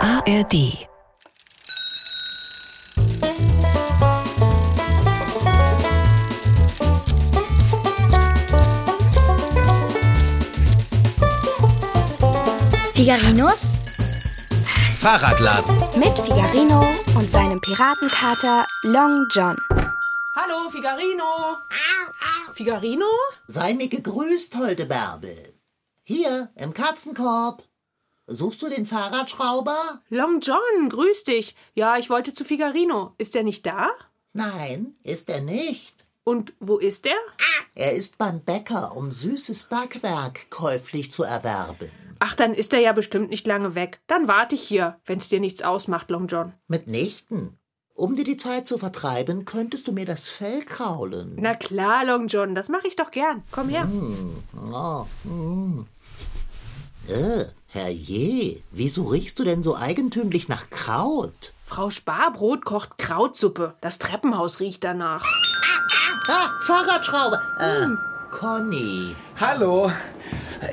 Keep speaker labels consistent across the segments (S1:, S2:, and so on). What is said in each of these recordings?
S1: ARD.
S2: Figarinos
S3: Fahrradladen.
S2: mit Figarino und seinem Piratenkater Long John.
S4: Hallo, Figarino. Figarino?
S5: Sei mir gegrüßt, holde Bärbel. Hier, im Katzenkorb. Suchst du den Fahrradschrauber?
S4: Long John, grüß dich. Ja, ich wollte zu Figarino. Ist er nicht da?
S5: Nein, ist er nicht.
S4: Und wo ist er?
S5: Er ist beim Bäcker, um süßes Backwerk käuflich zu erwerben.
S4: Ach, dann ist er ja bestimmt nicht lange weg. Dann warte ich hier, wenn's dir nichts ausmacht, Long John.
S5: Mitnichten. Um dir die Zeit zu vertreiben, könntest du mir das Fell kraulen.
S4: Na klar, Long John, das mache ich doch gern. Komm her.
S5: Oh, mm. äh, herrje, wieso riechst du denn so eigentümlich nach Kraut?
S4: Frau Sparbrot kocht Krautsuppe. Das Treppenhaus riecht danach.
S5: Ah, Fahrradschrauber! Äh, Conny.
S3: Hallo.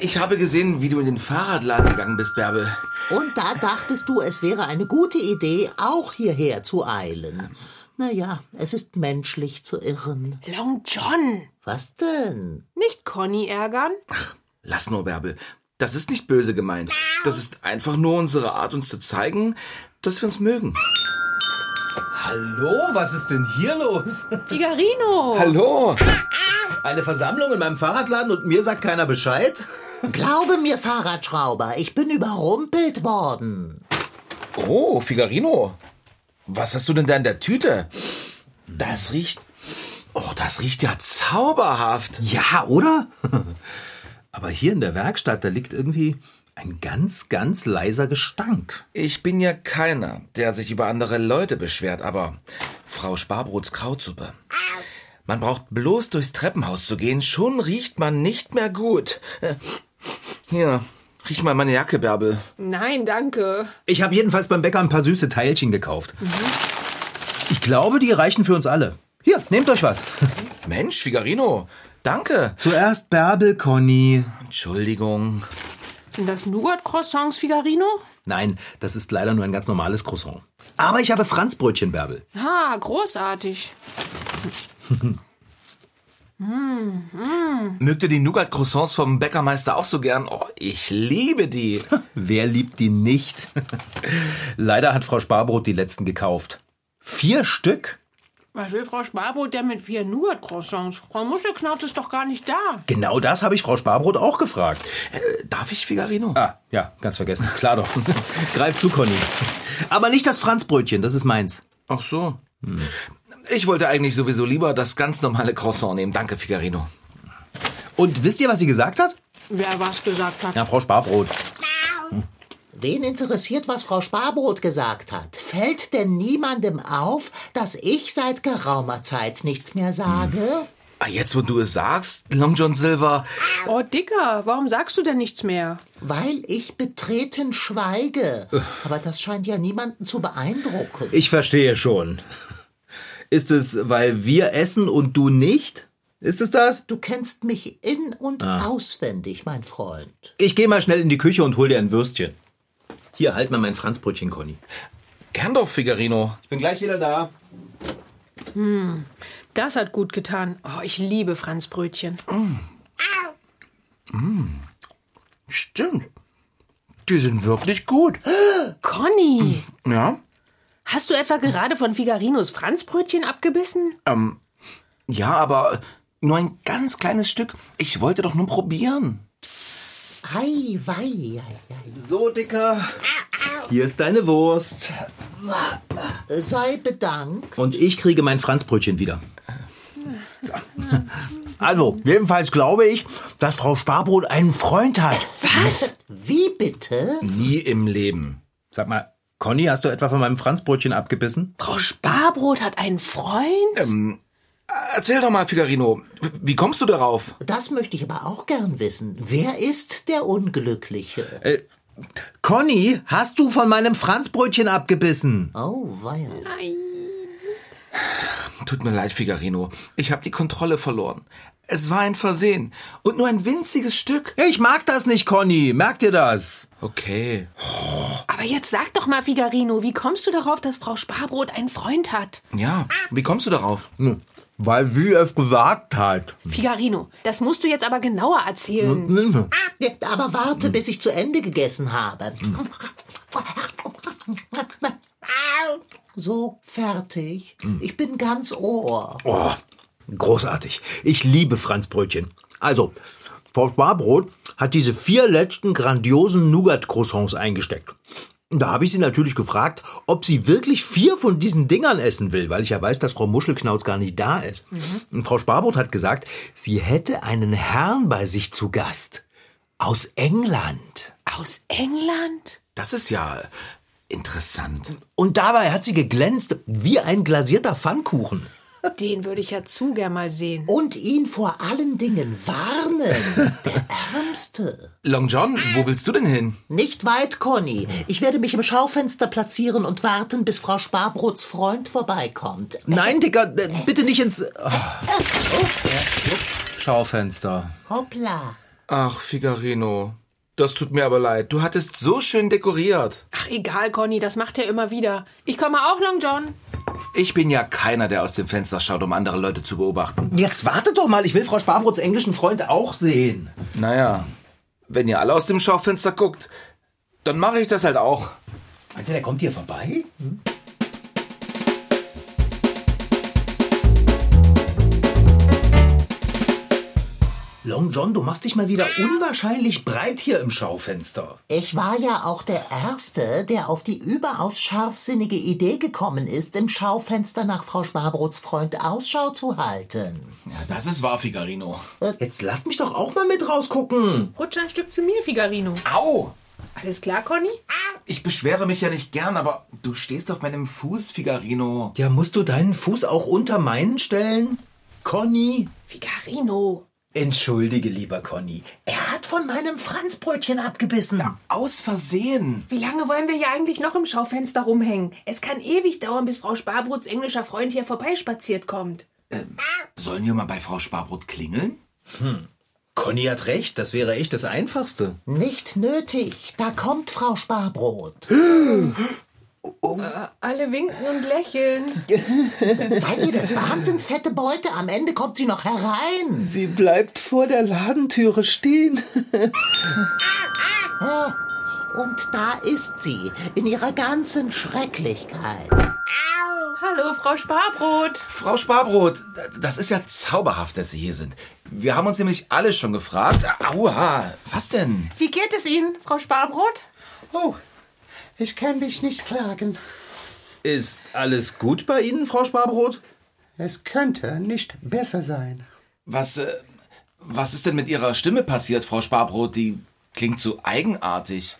S3: Ich habe gesehen, wie du in den Fahrradladen gegangen bist, Bärbel.
S5: Und da dachtest du, es wäre eine gute Idee, auch hierher zu eilen. Naja, es ist menschlich zu irren.
S4: Long John!
S5: Was denn?
S4: Nicht Conny ärgern?
S3: Lass nur, Bärbel. Das ist nicht böse gemeint. Das ist einfach nur unsere Art, uns zu zeigen, dass wir uns mögen.
S6: Hallo, was ist denn hier los?
S4: Figarino!
S3: Hallo.
S6: Eine Versammlung in meinem Fahrradladen und mir sagt keiner Bescheid?
S5: Glaube mir, Fahrradschrauber, ich bin überrumpelt worden.
S3: Oh, Figarino. Was hast du denn da in der Tüte? Das riecht. Oh, das riecht ja zauberhaft.
S6: Ja, oder? Aber hier in der Werkstatt, da liegt irgendwie ein ganz, ganz leiser Gestank.
S3: Ich bin ja keiner, der sich über andere Leute beschwert, aber Frau Sparbrots Krautsuppe. Man braucht bloß durchs Treppenhaus zu gehen, schon riecht man nicht mehr gut. Äh, Hier, riech mal meine Jacke, Bärbel.
S4: Nein, danke.
S6: Ich habe jedenfalls beim Bäcker ein paar süße Teilchen gekauft. Ich glaube, die reichen für uns alle. Hier, nehmt euch was.
S3: Mensch, Figarino, danke.
S6: Zuerst Bärbel, Conny.
S3: Entschuldigung.
S4: Sind das Nougat-Croissants, Figarino?
S6: Nein, das ist leider nur ein ganz normales Croissant. Aber ich habe Franzbrötchen, Bärbel.
S4: Ha, großartig.
S3: Mögt ihr die Nougat-Croissants vom Bäckermeister auch so gern? Oh, ich liebe die.
S6: Wer liebt die nicht? leider hat Frau Sparbrot die letzten gekauft. Vier Stück?
S4: Was will Frau Sparbrot denn mit vier Nougat-Croissants? Frau Muschelknaut ist doch gar nicht da.
S6: Genau das habe ich Frau Sparbrot auch gefragt.
S3: Äh, Darf ich, Figarino?
S6: Ah, ja, ganz vergessen. Klar doch. Greif zu, Conny. Aber nicht das Franzbrötchen, das ist meins.
S3: Ach so. Hm. Ich wollte eigentlich sowieso lieber das ganz normale Croissant nehmen. Danke, Figarino.
S6: Und wisst ihr, was sie gesagt hat?
S4: Wer was gesagt hat.
S6: Na, Frau Sparbrot.
S5: Wen interessiert, was Frau Sparbrot gesagt hat? Fällt denn niemandem auf, dass ich seit geraumer Zeit nichts mehr sage?
S3: Ah, jetzt, wo du es sagst, Long John Silver,
S4: Oh, Dicker, warum sagst du denn nichts mehr?
S5: Weil ich betreten schweige. Aber das scheint ja niemanden zu beeindrucken.
S6: Ich verstehe schon. Ist es, weil wir essen und du nicht? Ist es das?
S5: Du kennst mich in- und auswendig, mein Freund.
S6: Ich gehe mal schnell in die Küche und hol dir ein Würstchen. Hier, halt mal mein Franzbrötchen, Conny.
S3: gern doch, Figarino.
S6: Ich bin gleich wieder da.
S4: Das hat gut getan. Oh, ich liebe Franzbrötchen.
S3: Stimmt. Die sind wirklich gut.
S4: Conny,
S3: Ja?
S4: hast du etwa gerade von Figarinos Franzbrötchen abgebissen?
S3: Ja, aber nur ein ganz kleines Stück. Ich wollte doch nur probieren.
S5: Ei, wei, ei, ei.
S6: So, Dicker. Hier ist deine Wurst.
S5: Sei bedankt.
S6: Und ich kriege mein Franzbrötchen wieder. So. Also, jedenfalls glaube ich, dass Frau Sparbrot einen Freund hat.
S5: Wie bitte?
S3: Nie im Leben.
S6: Sag mal, Conny, hast du etwa von meinem Franzbrötchen abgebissen?
S4: Frau Sparbrot hat einen Freund?
S3: Erzähl doch mal, Figarino. Wie kommst du darauf?
S5: Das möchte ich aber auch gern wissen. Wer ist der Unglückliche?
S6: Conny, hast du von meinem Franzbrötchen abgebissen?
S5: Oh, weia.
S3: Tut mir leid, Figarino. Ich habe die Kontrolle verloren. Es war ein Versehen. Und nur ein winziges Stück.
S6: Ich mag das nicht, Conny. Merkt ihr das?
S3: Okay.
S4: Aber jetzt sag doch mal, Figarino, wie kommst du darauf, dass Frau Sparbrot einen Freund hat?
S3: Ja, wie kommst du darauf?
S6: Weil sie es gesagt hat.
S4: Figarino, das musst du jetzt aber genauer erzählen.
S5: Aber warte, bis ich zu Ende gegessen habe. So fertig. Ich bin ganz Ohr.
S6: Oh, großartig. Ich liebe Franzbrötchen. Also, Frau Sparbrot hat diese vier letzten grandiosen Nougat-Croissants eingesteckt. Da habe ich sie natürlich gefragt, ob sie wirklich vier von diesen Dingern essen will, weil ich ja weiß, dass Frau Muschelknauz gar nicht da ist. Und Frau Sparbrot hat gesagt, sie hätte einen Herrn bei sich zu Gast. Aus England.
S4: Aus England?
S3: Das ist ja interessant.
S6: Und dabei hat sie geglänzt wie ein glasierter Pfannkuchen.
S4: Den würde ich ja zu gern mal sehen.
S5: Und ihn vor allen Dingen warnen. Der Ärmste.
S3: Long John, wo willst du denn hin?
S5: Nicht weit, Conny. Ich werde mich im Schaufenster platzieren und warten, bis Frau Sparbrots Freund vorbeikommt.
S6: Nein, Dicker, äh, bitte nicht ins ah. Schaufenster.
S5: Hoppla.
S3: Ach, Figarino. Das tut mir aber leid. Du hattest so schön dekoriert.
S4: Ach, egal, Conny, das macht er immer wieder. Ich komme auch, Long John.
S3: Ich bin ja keiner, der aus dem Fenster schaut, um andere Leute zu beobachten.
S6: Jetzt wartet doch mal, ich will Frau Sparbrots englischen Freund auch sehen.
S3: Naja, wenn ihr alle aus dem Schaufenster guckt, dann mache ich das halt auch.
S6: Meint ihr, der kommt hier vorbei? Hm? Long John, du machst dich mal wieder unwahrscheinlich breit hier im Schaufenster.
S5: Ich war ja auch der Erste, der auf die überaus scharfsinnige Idee gekommen ist, im Schaufenster nach Frau Sparbrots Freund Ausschau zu halten.
S3: Das ist wahr, Figarino.
S6: Jetzt lasst mich doch auch mal mit rausgucken.
S4: Rutsch ein Stück zu mir, Figarino.
S3: Au!
S4: Alles klar, Conny?
S3: Ich beschwere mich ja nicht gern, aber du stehst auf meinem Fuß, Figarino.
S6: Ja, musst du deinen Fuß auch unter meinen stellen? Conny?
S4: Figarino.
S6: Entschuldige, lieber Conny.
S5: Er hat von meinem Franzbrötchen abgebissen.
S3: Aus Versehen.
S4: Wie lange wollen wir hier eigentlich noch im Schaufenster rumhängen? Es kann ewig dauern, bis Frau Sparbrots englischer Freund hier vorbeispaziert kommt.
S3: Sollen wir mal bei Frau Sparbrot klingeln?
S6: Conny hat recht, das wäre echt das Einfachste.
S5: Nicht nötig. Da kommt Frau Sparbrot.
S4: Alle winken und lächeln.
S5: Seid ihr das wahnsinns fette Beute? Am Ende kommt sie noch herein.
S6: Sie bleibt vor der Ladentüre stehen.
S5: Und da ist sie, in ihrer ganzen Schrecklichkeit.
S4: Hallo, Frau Sparbrot.
S3: Frau Sparbrot, das ist ja zauberhaft, dass Sie hier sind. Wir haben uns nämlich alle schon gefragt. Aua, was denn?
S4: Wie geht es Ihnen, Frau Sparbrot?
S5: Oh, ich kann mich nicht klagen.
S6: Ist alles gut bei Ihnen, Frau Sparbrot?
S1: Es könnte nicht besser sein.
S3: Was, äh, was ist denn mit Ihrer Stimme passiert, Frau Sparbrot? Die klingt so eigenartig.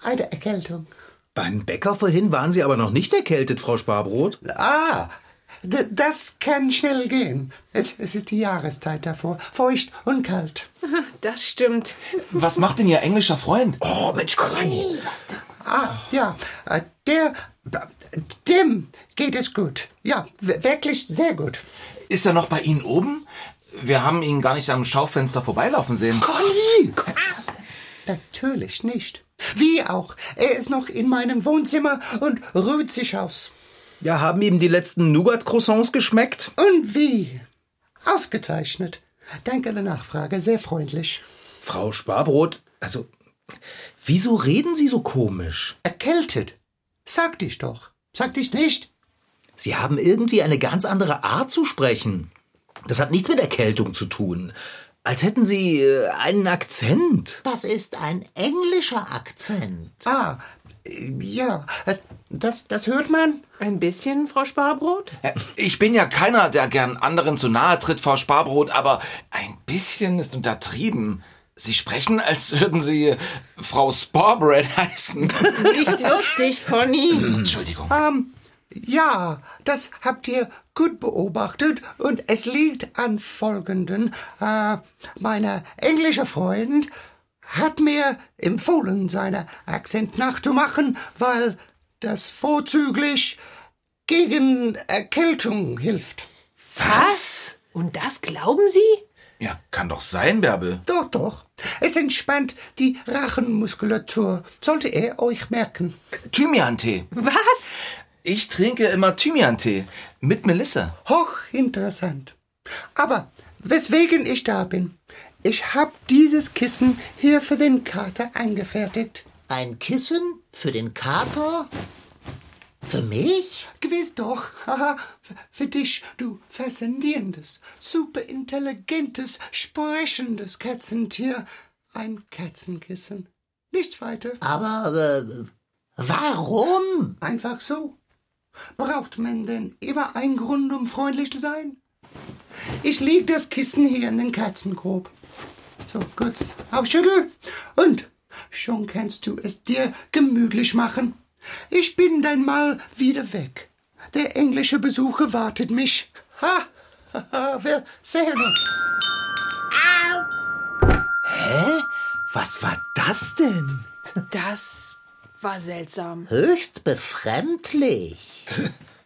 S1: Eine Erkältung.
S6: Beim Bäcker vorhin waren Sie aber noch nicht erkältet, Frau Sparbrot.
S1: Ah, d- das kann schnell gehen. Es, es ist die Jahreszeit davor. Feucht und kalt.
S4: Das stimmt.
S3: Was macht denn Ihr englischer Freund?
S6: Oh, Mensch, Conny.
S1: Ah, ja, äh, der, dem geht es gut. Ja, w- wirklich sehr gut.
S3: Ist er noch bei Ihnen oben? Wir haben ihn gar nicht am Schaufenster vorbeilaufen sehen.
S6: Conny!
S1: Natürlich nicht. Wie auch, er ist noch in meinem Wohnzimmer und rührt sich aus.
S6: Ja, haben ihm die letzten Nougat-Croissants geschmeckt?
S1: Und wie? Ausgezeichnet. Danke der Nachfrage, sehr freundlich.
S6: Frau Sparbrot, also, wieso reden Sie so komisch?
S1: Erkältet. Sag dich doch. Sag dich nicht.
S6: Sie haben irgendwie eine ganz andere Art zu sprechen. Das hat nichts mit Erkältung zu tun. Als hätten Sie äh, einen Akzent.
S5: Das ist ein englischer Akzent.
S1: Ah, äh, ja, äh, das, das hört man.
S4: Ein bisschen, Frau Sparbrot?
S3: Ich bin ja keiner, der gern anderen zu nahe tritt, Frau Sparbrot, aber ein bisschen ist untertrieben. Sie sprechen, als würden Sie äh, Frau Sparbread heißen.
S4: Nicht lustig, Conny.
S3: Entschuldigung.
S1: Ähm, ja, das habt ihr gut beobachtet und es liegt an Folgenden. Äh, mein englischer Freund hat mir empfohlen, seinen Akzent nachzumachen, weil das vorzüglich gegen Erkältung hilft.
S4: Was? Und das glauben Sie?
S3: Ja, kann doch sein, Bärbel.
S1: Doch, doch. Es entspannt die Rachenmuskulatur. Sollte er euch merken.
S3: Thymiantee.
S4: Was?
S3: Ich trinke immer Thymiantee mit Melisse.
S1: Hochinteressant. Aber weswegen ich da bin. Ich hab dieses Kissen hier für den Kater angefertigt.
S5: Ein Kissen für den Kater? Für mich?
S1: Gewiss doch. Haha, f- für dich, du faszinierendes, superintelligentes, sprechendes Katzentier. Ein Katzenkissen. Nichts weiter.
S5: Aber äh, warum?
S1: Einfach so. Braucht man denn immer einen Grund, um freundlich zu sein? Ich leg das Kissen hier in den Katzenkorb. So, kurz aufschüttel. Und schon kannst du es dir gemütlich machen. Ich bin dann mal wieder weg. Der englische Besucher wartet mich. Ha! Wir sehen uns.
S6: Was war das denn?
S4: Das war seltsam.
S5: Höchst befremdlich.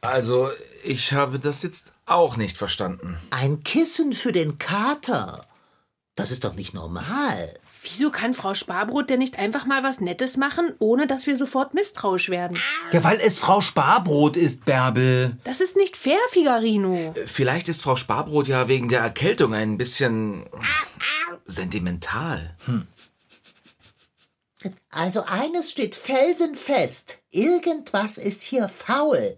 S3: Also, ich habe das jetzt auch nicht verstanden.
S5: Ein Kissen für den Kater. Das ist doch nicht normal.
S4: Wieso kann Frau Sparbrot denn nicht einfach mal was Nettes machen, ohne dass wir sofort misstrauisch werden?
S6: Ja, weil es Frau Sparbrot ist, Bärbel.
S4: Das ist nicht fair, Figarino.
S3: Äh, Vielleicht ist Frau Sparbrot ja wegen der Erkältung ein bisschen sentimental.
S5: Also eines steht felsenfest. Irgendwas ist hier faul.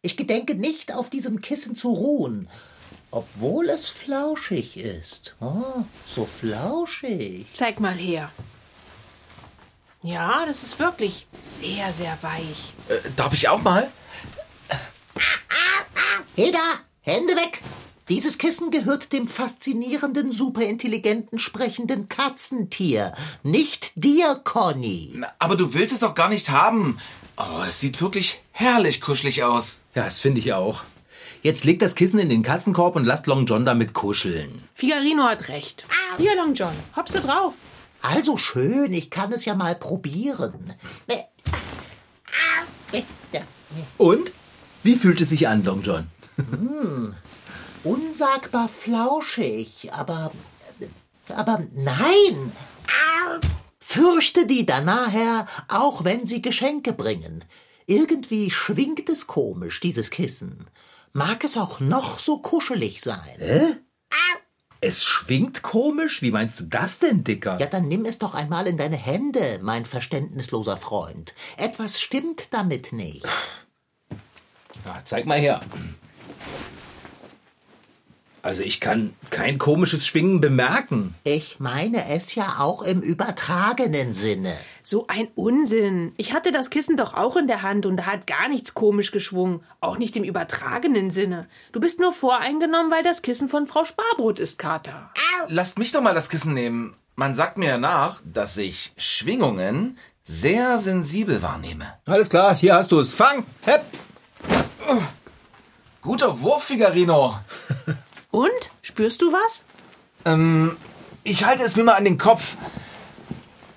S5: Ich gedenke nicht auf diesem Kissen zu ruhen. Obwohl es flauschig ist. Oh, so flauschig.
S4: Zeig mal her. Ja, das ist wirklich sehr, sehr weich.
S3: Äh, darf ich auch mal?
S5: Heda, Hände weg! Dieses Kissen gehört dem faszinierenden, superintelligenten, sprechenden Katzentier. Nicht dir, Conny.
S3: Na, Aber du willst es doch gar nicht haben. Oh, es sieht wirklich herrlich kuschelig aus.
S6: Ja, das finde ich auch. Jetzt legt das Kissen in den Katzenkorb und lasst Long John damit kuscheln.
S4: Figarino hat recht. Hier, Long John, hopse drauf.
S5: Also schön, ich kann es ja mal probieren. Äh, äh, ja.
S6: Und? Wie fühlt es sich an, Long John?
S5: Unsagbar flauschig, aber. Aber nein! Fürchte die danachher, auch wenn sie Geschenke bringen. Irgendwie schwingt es komisch, dieses Kissen. Mag es auch noch so kuschelig sein.
S6: Es schwingt komisch? Wie meinst du das denn, Dicker?
S5: Ja, dann nimm es doch einmal in deine Hände, mein verständnisloser Freund. Etwas stimmt damit nicht.
S6: Ja, zeig mal her. Also ich kann kein komisches Schwingen bemerken.
S5: Ich meine es ja auch im übertragenen Sinne.
S4: So ein Unsinn. Ich hatte das Kissen doch auch in der Hand und da hat gar nichts komisch geschwungen. Auch nicht im übertragenen Sinne. Du bist nur voreingenommen, weil das Kissen von Frau Sparbrot ist, Kater.
S3: Lasst mich doch mal das Kissen nehmen. Man sagt mir ja nach, dass ich Schwingungen sehr sensibel wahrnehme.
S6: Alles klar, hier hast du es. Fang! Hepp!
S3: Guter Wurf, Figarino.
S4: Und? Spürst du was?
S3: Ich halte es mir mal an den Kopf.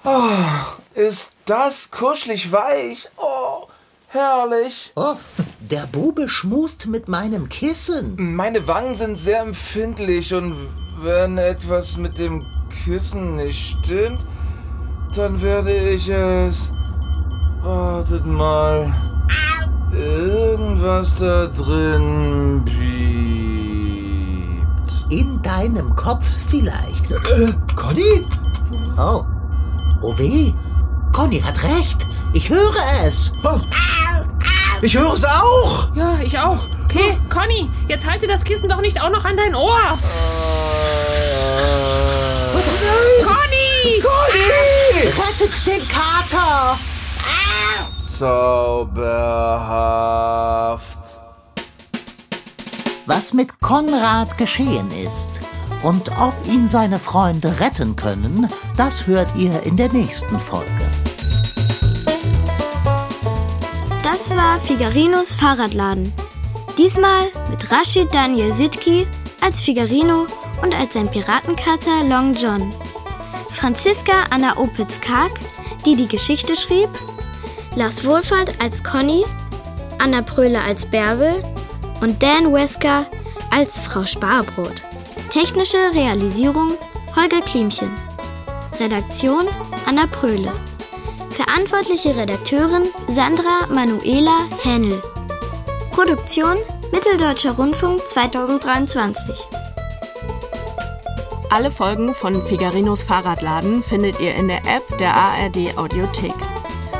S3: Ach, ist das kuschelig weich. Oh, herrlich.
S5: Oh, der Bube schmust mit meinem Kissen.
S3: Meine Wangen sind sehr empfindlich und wenn etwas mit dem Kissen nicht stimmt, dann werde ich es. Wartet mal. Irgendwas da drin piept.
S5: In deinem Kopf vielleicht. Äh,
S6: Conny?
S5: Oh. Oh weh. Conny hat recht. Ich höre es.
S6: Ich höre es auch!
S4: Ja, ich auch. Okay, Conny, jetzt halte das Kissen doch nicht auch noch an dein Ohr. Conny!
S5: Rettet den Kater.
S3: Zauberhaft.
S5: Was mit Konrad geschehen ist und ob ihn seine Freunde retten können, das hört ihr in der nächsten Folge.
S2: Das war Figarinos Fahrradladen. Diesmal mit Rashid Daniel Sitki als Figarino und als sein Piratenkater Long John. Franziska Anna Opitz-Karg, die die Geschichte schrieb. Lars Wohlfahrt als Conny. Anna Pröhle als Bärbel. Und Dan Wesker als Frau Sparbrot. Technische Realisierung Holger Klimchen. Redaktion Anna Pröhle. Verantwortliche Redakteurin Sandra Manuela Hähnel. Produktion Mitteldeutscher Rundfunk 2023.
S7: Alle Folgen von Figarinos Fahrradladen findet ihr in der App der ARD Audiothek.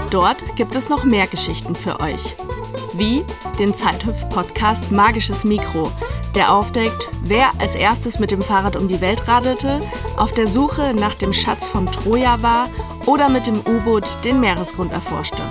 S7: Dort gibt es noch mehr Geschichten für euch. Wie den Zeithüpf-Podcast Magisches Mikro, der aufdeckt, wer als erstes mit dem Fahrrad um die Welt radelte, auf der Suche nach dem Schatz von Troja war oder mit dem U-Boot den Meeresgrund erforschte.